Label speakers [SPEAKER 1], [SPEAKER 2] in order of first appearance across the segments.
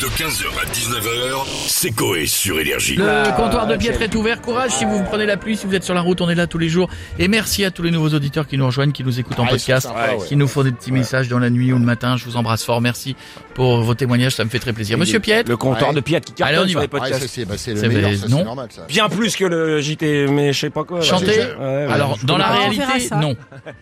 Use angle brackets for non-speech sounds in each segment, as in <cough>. [SPEAKER 1] De 15h à 19h, c'est Coé sur Énergie.
[SPEAKER 2] Le comptoir de Pietre est ouvert. Courage si vous prenez la pluie, si vous êtes sur la route, on est là tous les jours. Et merci à tous les nouveaux auditeurs qui nous rejoignent, qui nous
[SPEAKER 3] Ah,
[SPEAKER 2] écoutent en podcast, qui nous font des petits messages dans la nuit ou le matin. Je vous embrasse fort. Merci pour vos témoignages, ça me fait très plaisir. Monsieur Pietre,
[SPEAKER 4] Le compteur
[SPEAKER 3] Ouais.
[SPEAKER 4] de Piat qui
[SPEAKER 2] Allez, on
[SPEAKER 4] cartonne
[SPEAKER 2] y
[SPEAKER 4] sur
[SPEAKER 2] va.
[SPEAKER 4] les
[SPEAKER 3] Ah,
[SPEAKER 4] podcasts.
[SPEAKER 3] ça, c'est bah, c'est
[SPEAKER 2] C'est
[SPEAKER 3] le meilleur,
[SPEAKER 2] vrai,
[SPEAKER 3] ça,
[SPEAKER 2] non.
[SPEAKER 3] c'est normal ça.
[SPEAKER 4] Bien plus que le JT, mais je sais pas quoi. là.
[SPEAKER 2] chanter.
[SPEAKER 3] déjà-
[SPEAKER 4] Ouais, ouais.
[SPEAKER 2] Alors, dans la
[SPEAKER 5] Ah, on verra
[SPEAKER 2] réalité,
[SPEAKER 5] ça.
[SPEAKER 2] non.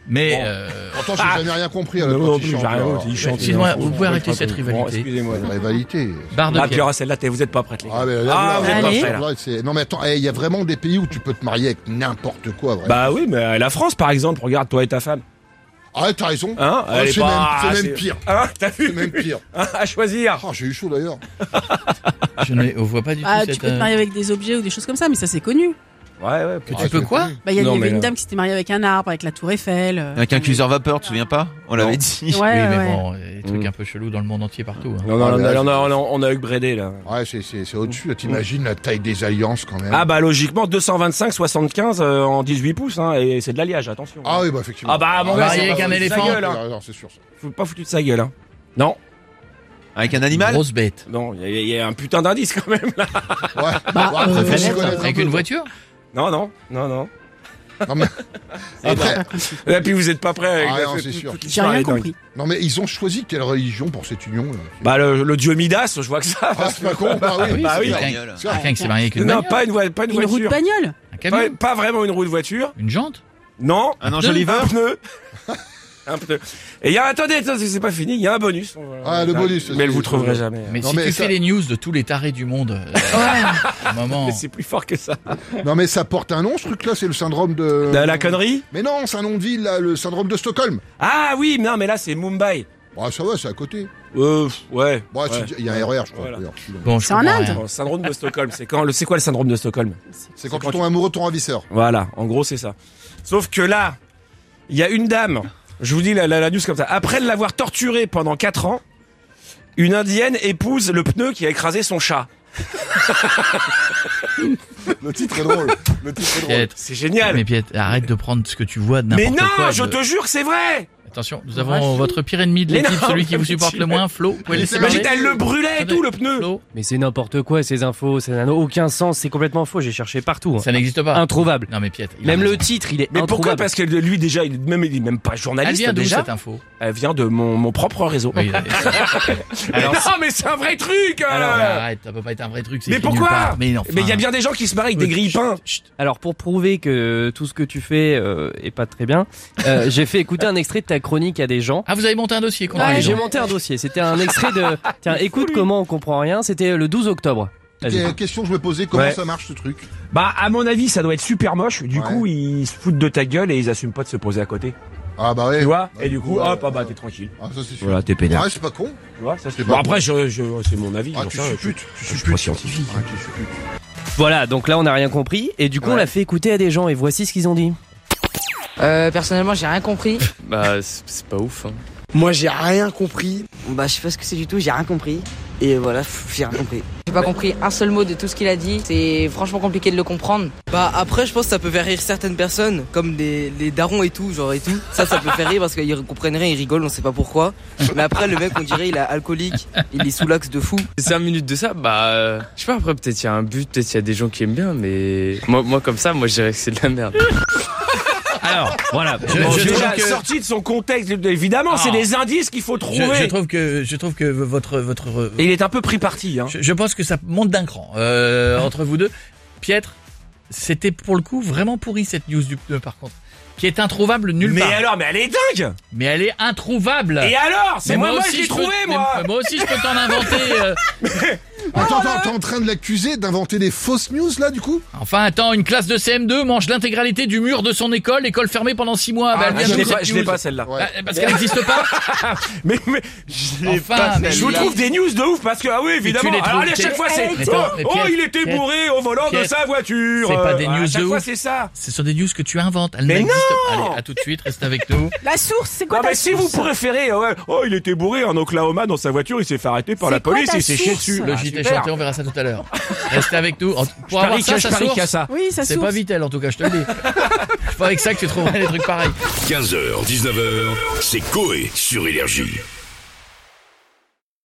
[SPEAKER 2] Mais euh,
[SPEAKER 3] Pourtant, j'ai jamais rien compris à <laughs>
[SPEAKER 4] Non,
[SPEAKER 3] la
[SPEAKER 4] non,
[SPEAKER 3] quand
[SPEAKER 4] plus,
[SPEAKER 3] il chante,
[SPEAKER 4] j'ai rien,
[SPEAKER 3] alors.
[SPEAKER 4] il chante,
[SPEAKER 2] Excuse-moi,
[SPEAKER 4] il en
[SPEAKER 2] vous
[SPEAKER 4] fout,
[SPEAKER 2] pouvez
[SPEAKER 4] je
[SPEAKER 2] arrêter
[SPEAKER 4] sais pas
[SPEAKER 2] cette
[SPEAKER 4] trop.
[SPEAKER 2] rivalité.
[SPEAKER 4] Bon, Excusez-moi.
[SPEAKER 3] euh, La <laughs> rivalité.
[SPEAKER 2] barre de
[SPEAKER 4] Ah, puis
[SPEAKER 2] Pierre.
[SPEAKER 4] alors, celle-là, t'es- vous êtes pas prête, les gars.
[SPEAKER 3] Ah, mais là,
[SPEAKER 4] Ah, vous
[SPEAKER 3] là,
[SPEAKER 4] êtes
[SPEAKER 3] là,
[SPEAKER 4] pas
[SPEAKER 5] Allez.
[SPEAKER 4] prêts, là.
[SPEAKER 3] là, c'est- Non, mais attends, eh, il y a vraiment des pays où tu peux te marier avec n'importe quoi. Vraiment.
[SPEAKER 4] Bah oui, mais la France, par exemple, regarde, toi et ta femme.
[SPEAKER 3] ah, t'as raison.
[SPEAKER 4] Hein
[SPEAKER 3] Ah,
[SPEAKER 4] Elle est
[SPEAKER 3] c'est
[SPEAKER 4] pas-
[SPEAKER 3] même, c'est
[SPEAKER 4] c'est-
[SPEAKER 3] même pire.
[SPEAKER 4] <laughs> Hein T'as
[SPEAKER 3] C'est
[SPEAKER 4] vu
[SPEAKER 3] même pire.
[SPEAKER 4] Hein, À choisir.
[SPEAKER 3] Ah, j'ai eu chaud d'ailleurs.
[SPEAKER 2] Je ne on voit pas du tout
[SPEAKER 5] Ah, tu
[SPEAKER 2] cette.
[SPEAKER 5] peux te
[SPEAKER 2] euh,
[SPEAKER 5] marier avec des objets ou des choses comme ça, mais ça c'est connu.
[SPEAKER 4] Ouais, ouais.
[SPEAKER 2] que
[SPEAKER 3] Ah,
[SPEAKER 2] tu peux
[SPEAKER 3] c'est
[SPEAKER 2] quoi
[SPEAKER 3] connu.
[SPEAKER 5] Bah, il y
[SPEAKER 4] Non,
[SPEAKER 5] avait
[SPEAKER 4] mais, euh,
[SPEAKER 5] une dame qui s'était mariée avec un arbre, avec la Tour Eiffel. euh,
[SPEAKER 6] Avec un cuiseur vapeur, tu te souviens pas On l'avait dit.
[SPEAKER 5] Ouais,
[SPEAKER 2] Oui,
[SPEAKER 5] ouais,
[SPEAKER 2] mais
[SPEAKER 5] ouais.
[SPEAKER 2] bon, il y a des trucs un peu chelous dans le monde entier partout. hein.
[SPEAKER 4] Non, non,
[SPEAKER 3] Ah,
[SPEAKER 4] on
[SPEAKER 3] mais là,
[SPEAKER 4] a- on a- on a- on a eu Brédé, là.
[SPEAKER 3] Ouais, c'est- c'est c'est au-dessus. là. T'imagines la taille des alliances quand même.
[SPEAKER 4] Ah bah logiquement 225 75 euh, en 18 pouces hein, et c'est de l'alliage attention.
[SPEAKER 3] Ah oui, bah effectivement.
[SPEAKER 4] Ah bah, mon
[SPEAKER 2] gars,
[SPEAKER 3] c'est
[SPEAKER 2] Marié avec
[SPEAKER 3] pas
[SPEAKER 2] un
[SPEAKER 3] foutu de sa
[SPEAKER 2] éléphant.
[SPEAKER 3] gueule, hein. Non, c'est sûr. ça.
[SPEAKER 4] Faut pas foutu de sa gueule hein. Non,
[SPEAKER 6] Avec un animal
[SPEAKER 2] Grosse bête.
[SPEAKER 4] non, il y, a- il y a un putain d'indice quand même là.
[SPEAKER 3] Ouais. Bon, après, faut s'y connaître un
[SPEAKER 2] Avec
[SPEAKER 3] peu.
[SPEAKER 2] une voiture
[SPEAKER 4] Non non, non non.
[SPEAKER 3] Non, mais- Après,
[SPEAKER 4] Et puis vous êtes pas prêt avec
[SPEAKER 3] Ah
[SPEAKER 4] la-
[SPEAKER 3] non,
[SPEAKER 4] toute-
[SPEAKER 3] c'est sûr.
[SPEAKER 4] toute
[SPEAKER 5] J'ai
[SPEAKER 4] l'histoire,
[SPEAKER 5] rien
[SPEAKER 4] elle est dingue.
[SPEAKER 5] compris.
[SPEAKER 3] non, mais ils ont choisi quelle religion pour cette union là.
[SPEAKER 4] Bah le, le dieu Midas, je vois que ça.
[SPEAKER 3] Ah, c'est pas con. Bah oui.
[SPEAKER 4] Bah oui.
[SPEAKER 3] c'est vrai.
[SPEAKER 6] Bagnole.
[SPEAKER 3] C'est vrai.
[SPEAKER 2] Quelqu'un qui s'est marié avec une
[SPEAKER 4] non,
[SPEAKER 2] bagnole
[SPEAKER 4] pas une, voie- pas une
[SPEAKER 5] Une roue de
[SPEAKER 4] voiture.
[SPEAKER 5] bagnole
[SPEAKER 2] Un
[SPEAKER 4] Pas,
[SPEAKER 2] camion
[SPEAKER 4] pas vraiment une roue de voiture.
[SPEAKER 2] Une jante
[SPEAKER 4] Non.
[SPEAKER 6] Un enjoliveur
[SPEAKER 4] Un pneu. un pneu. Et il y a attendez, attendez, c'est pas fini, il y a un bonus.
[SPEAKER 3] Ah, le bonus,
[SPEAKER 4] Mais
[SPEAKER 3] c'est-
[SPEAKER 4] vous le trouverez jamais.
[SPEAKER 2] Mais
[SPEAKER 3] Non,
[SPEAKER 2] si
[SPEAKER 3] mais
[SPEAKER 2] tu
[SPEAKER 3] ça-
[SPEAKER 2] fais les news de tous les tarés du monde, euh, à un moment.
[SPEAKER 4] Mais <laughs> c'est plus fort que ça.
[SPEAKER 3] Non, mais ça porte un nom ce truc là. C'est le syndrome de.
[SPEAKER 4] La- la connerie
[SPEAKER 3] Mais non, c'est un nom de ville là, le syndrome de Stockholm.
[SPEAKER 4] Ah oui, non mais là c'est Mumbai.
[SPEAKER 3] Bah ça va, c'est à côté.
[SPEAKER 4] Euh, pff, ouais.
[SPEAKER 3] Bon,
[SPEAKER 4] ouais.
[SPEAKER 3] c'est- il y a un RER, je crois.
[SPEAKER 4] Voilà.
[SPEAKER 3] d'ailleurs.
[SPEAKER 2] Bon, je
[SPEAKER 5] C'est en
[SPEAKER 2] comprends
[SPEAKER 5] Inde
[SPEAKER 2] rien.
[SPEAKER 4] Bon, syndrome de Stockholm, c'est quand le c'est quoi le syndrome de Stockholm
[SPEAKER 3] C'est quand tu tombes amoureux de ton ravisseur.
[SPEAKER 4] Voilà, en gros c'est ça. Sauf que là, il y a une dame, je vous dis la, la, la news comme ça, après l'avoir torturée pendant 4 ans, une indienne épouse le pneu qui a écrasé son chat.
[SPEAKER 3] Le titre est drôle. Le titre est drôle.
[SPEAKER 2] Piet,
[SPEAKER 4] C'est génial.
[SPEAKER 2] mais Piet, arrête de prendre ce que tu vois de
[SPEAKER 4] Mais
[SPEAKER 2] n'importe
[SPEAKER 4] non,
[SPEAKER 2] quoi.
[SPEAKER 4] je
[SPEAKER 2] de-
[SPEAKER 4] te jure que c'est vrai.
[SPEAKER 2] Attention, nous
[SPEAKER 5] Ah,
[SPEAKER 2] avons
[SPEAKER 5] si.
[SPEAKER 2] votre pire ennemi de
[SPEAKER 4] Mais
[SPEAKER 2] l'équipe,
[SPEAKER 4] non,
[SPEAKER 2] celui
[SPEAKER 4] <laughs>
[SPEAKER 2] qui vous
[SPEAKER 4] mais
[SPEAKER 2] supporte
[SPEAKER 4] tu-
[SPEAKER 2] le moins, Flo. Vous pouvez laisser
[SPEAKER 4] Imagine,
[SPEAKER 2] parler.
[SPEAKER 4] elle le brûlait et
[SPEAKER 2] Attendez.
[SPEAKER 4] tout le pneu.
[SPEAKER 2] Flo,
[SPEAKER 7] Mais c'est n'importe quoi ces infos, ça n'a aucun sens, c'est complètement faux, j'ai cherché partout. hein.
[SPEAKER 2] ça n'existe pas.
[SPEAKER 7] Introuvable.
[SPEAKER 2] Non mais Piet, il a
[SPEAKER 7] Même
[SPEAKER 2] raison.
[SPEAKER 7] le titre, il est
[SPEAKER 4] Mais pourquoi
[SPEAKER 7] introuvable.
[SPEAKER 4] Parce que lui déjà, il est même il est même pas
[SPEAKER 2] Elle
[SPEAKER 4] journaliste
[SPEAKER 2] vient d'où
[SPEAKER 4] déjà.
[SPEAKER 2] cette info
[SPEAKER 4] Elle vient de mon, mon propre réseau. <laughs>
[SPEAKER 2] Oui, euh,
[SPEAKER 4] Mais non, mais c'est un vrai truc. euh.
[SPEAKER 2] alors, Arrête, ça peut pas être un vrai truc. c'est
[SPEAKER 4] mais
[SPEAKER 2] écrit nulle
[SPEAKER 4] pourquoi
[SPEAKER 2] part. Mais enfin,
[SPEAKER 4] Mais il y a bien des gens qui se marient avec des grille-pains.
[SPEAKER 7] Alors pour prouver que tout ce que tu fais euh, est pas très bien,
[SPEAKER 2] <laughs>
[SPEAKER 7] euh, j'ai fait écouter un extrait de ta chronique à des gens.
[SPEAKER 2] Ah, vous avez monté un dossier contre
[SPEAKER 7] Ouais,
[SPEAKER 2] les
[SPEAKER 7] j'ai
[SPEAKER 2] gens.
[SPEAKER 7] monté un dossier, c'était un extrait
[SPEAKER 2] <laughs>
[SPEAKER 7] de... Tiens, écoute comment on comprend rien, c'était le 12 octobre. Vas-y.
[SPEAKER 3] Que- Question que je me posais, comment
[SPEAKER 4] Ouais.
[SPEAKER 3] ça marche ce truc
[SPEAKER 4] Bah, à mon avis, ça doit être super moche. Du
[SPEAKER 3] Ouais.
[SPEAKER 4] coup, ils se foutent de ta gueule et ils assument pas de se poser à côté.
[SPEAKER 3] Ah bah ouais.
[SPEAKER 4] Tu vois
[SPEAKER 3] Bah,
[SPEAKER 4] Et du coup,
[SPEAKER 3] ouais,
[SPEAKER 4] hop, ah bah,
[SPEAKER 3] ouais.
[SPEAKER 4] t'es tranquille.
[SPEAKER 3] Ah ça c'est sûr.
[SPEAKER 4] Voilà, t'es pédale.
[SPEAKER 3] Ouais, c'est pas con.
[SPEAKER 4] Tu vois, ça c'est
[SPEAKER 3] C'est
[SPEAKER 4] bon.
[SPEAKER 3] pas-
[SPEAKER 4] Après, je, je, c'est mon avis.
[SPEAKER 3] Ah,
[SPEAKER 4] j'en
[SPEAKER 3] tu
[SPEAKER 4] sais rien.
[SPEAKER 3] supputes, tu
[SPEAKER 4] je suis
[SPEAKER 3] supputes.
[SPEAKER 4] pas scientifique.
[SPEAKER 3] Ah, tu supputes.
[SPEAKER 7] Voilà, donc là on n'a rien compris, et du coup on
[SPEAKER 4] Ouais.
[SPEAKER 7] l'a fait écouter à des gens, et voici ce qu'ils ont dit.
[SPEAKER 8] Euh, personnellement, j'ai rien compris.
[SPEAKER 9] Bah, c'est c'est pas ouf. hein.
[SPEAKER 10] Moi j'ai rien compris.
[SPEAKER 8] Bah, je sais pas ce que c'est du tout, j'ai rien compris. Et voilà, pff, j'ai rien compris. J'ai pas compris un seul mot de tout ce qu'il a dit. C'est franchement compliqué de le comprendre. Bah, après, je pense que ça peut faire rire certaines personnes, comme les, les darons et tout, genre et tout. Ça, ça peut faire rire parce qu'ils comprennent rien, ils rigolent, on sait pas pourquoi. Mais après, le mec, on dirait, il est alcoolique, il est sous l'axe de fou.
[SPEAKER 9] C'est 5 minutes de ça, bah, euh, je sais pas, après, peut-être il y a un but, peut-être il y a des gens qui aiment bien, mais moi, moi comme ça, moi, je dirais que c'est de la merde.
[SPEAKER 7] Alors, voilà.
[SPEAKER 2] Je-
[SPEAKER 4] Bon,
[SPEAKER 2] je
[SPEAKER 4] déjà,
[SPEAKER 2] trouve que-
[SPEAKER 4] sorti de son contexte, évidemment,
[SPEAKER 2] Ah.
[SPEAKER 4] c'est des indices qu'il faut
[SPEAKER 2] Je, je
[SPEAKER 4] trouver.
[SPEAKER 2] trouve que je trouve que votre votre
[SPEAKER 4] Et il est un peu pris parti, hein.
[SPEAKER 2] Je, je pense que ça monte d'un cran euh, entre vous deux. Piètre, c'était pour le coup vraiment pourri cette news du pneu par contre, qui est introuvable nulle
[SPEAKER 4] mais
[SPEAKER 2] part.
[SPEAKER 4] alors, mais elle est dingue
[SPEAKER 2] Mais elle est introuvable.
[SPEAKER 4] Et alors C'est
[SPEAKER 2] Mais
[SPEAKER 4] moi, moi,
[SPEAKER 2] aussi,
[SPEAKER 4] je l'ai
[SPEAKER 2] peux-
[SPEAKER 4] trouvé,
[SPEAKER 2] mais-
[SPEAKER 4] moi
[SPEAKER 2] mais moi aussi je peux t'en inventer.
[SPEAKER 4] <laughs>
[SPEAKER 2] euh.
[SPEAKER 3] Attends, attends, t'es en train de l'accuser d'inventer des fausses news là du coup
[SPEAKER 2] Enfin attends, une classe de CM2 mange l'intégralité du mur de son école, école fermée pendant six mois. Bah, elle
[SPEAKER 4] Ah,
[SPEAKER 2] vient
[SPEAKER 4] Je
[SPEAKER 2] d'où,
[SPEAKER 4] l'ai
[SPEAKER 2] cette
[SPEAKER 4] pas, je l'ai
[SPEAKER 2] news
[SPEAKER 4] pas, celle-là.
[SPEAKER 3] Ouais.
[SPEAKER 2] Bah, parce qu'elle n'existe pas.
[SPEAKER 4] <laughs> Mais, mais
[SPEAKER 2] Enfin, mais
[SPEAKER 4] je vous trouve des news de ouf parce que, ah oui, évidemment.
[SPEAKER 2] les
[SPEAKER 4] Alors,
[SPEAKER 2] trouves-
[SPEAKER 4] allez, à chaque fois, c'est.
[SPEAKER 2] Mais
[SPEAKER 4] Oh,
[SPEAKER 2] attends, mais
[SPEAKER 4] oh,
[SPEAKER 2] Pierre,
[SPEAKER 4] il était
[SPEAKER 2] Pierre,
[SPEAKER 4] bourré au volant de
[SPEAKER 2] Pierre,
[SPEAKER 4] sa voiture.
[SPEAKER 2] c'est pas des
[SPEAKER 4] Euh, à
[SPEAKER 2] news
[SPEAKER 4] chaque
[SPEAKER 2] de
[SPEAKER 4] fois,
[SPEAKER 2] ouf.
[SPEAKER 4] c'est ça.
[SPEAKER 2] ce sont des news que tu inventes. Elles
[SPEAKER 4] Mais
[SPEAKER 2] n'existent pas.
[SPEAKER 4] non
[SPEAKER 2] Allez, à tout de suite, reste avec nous.
[SPEAKER 5] La source, c'est quoi
[SPEAKER 4] Non
[SPEAKER 5] ta
[SPEAKER 4] mais Ah, bah, si vous
[SPEAKER 5] source
[SPEAKER 4] préférez, euh, ouais. oh il était bourré en Oklahoma dans sa voiture, il s'est fait arrêter par
[SPEAKER 5] C'est
[SPEAKER 4] la
[SPEAKER 5] quoi
[SPEAKER 4] police,
[SPEAKER 5] ta
[SPEAKER 4] il s'est chié
[SPEAKER 5] source
[SPEAKER 4] dessus.
[SPEAKER 2] Le
[SPEAKER 5] Ah,
[SPEAKER 2] JT
[SPEAKER 4] super.
[SPEAKER 2] chanté, on verra ça tout à l'heure. Restez avec nous. En- Pour
[SPEAKER 4] Paris
[SPEAKER 2] avoir ça,
[SPEAKER 4] cache,
[SPEAKER 2] sa
[SPEAKER 4] Paris
[SPEAKER 2] source,
[SPEAKER 4] cache ça.
[SPEAKER 5] Oui, ça
[SPEAKER 2] C'est pas Vitel en tout cas, je te <laughs> le dis. C'est pas avec ça que tu trouverais des trucs pareils.
[SPEAKER 1] 15h, 19h, c'est Coé sur Énergie.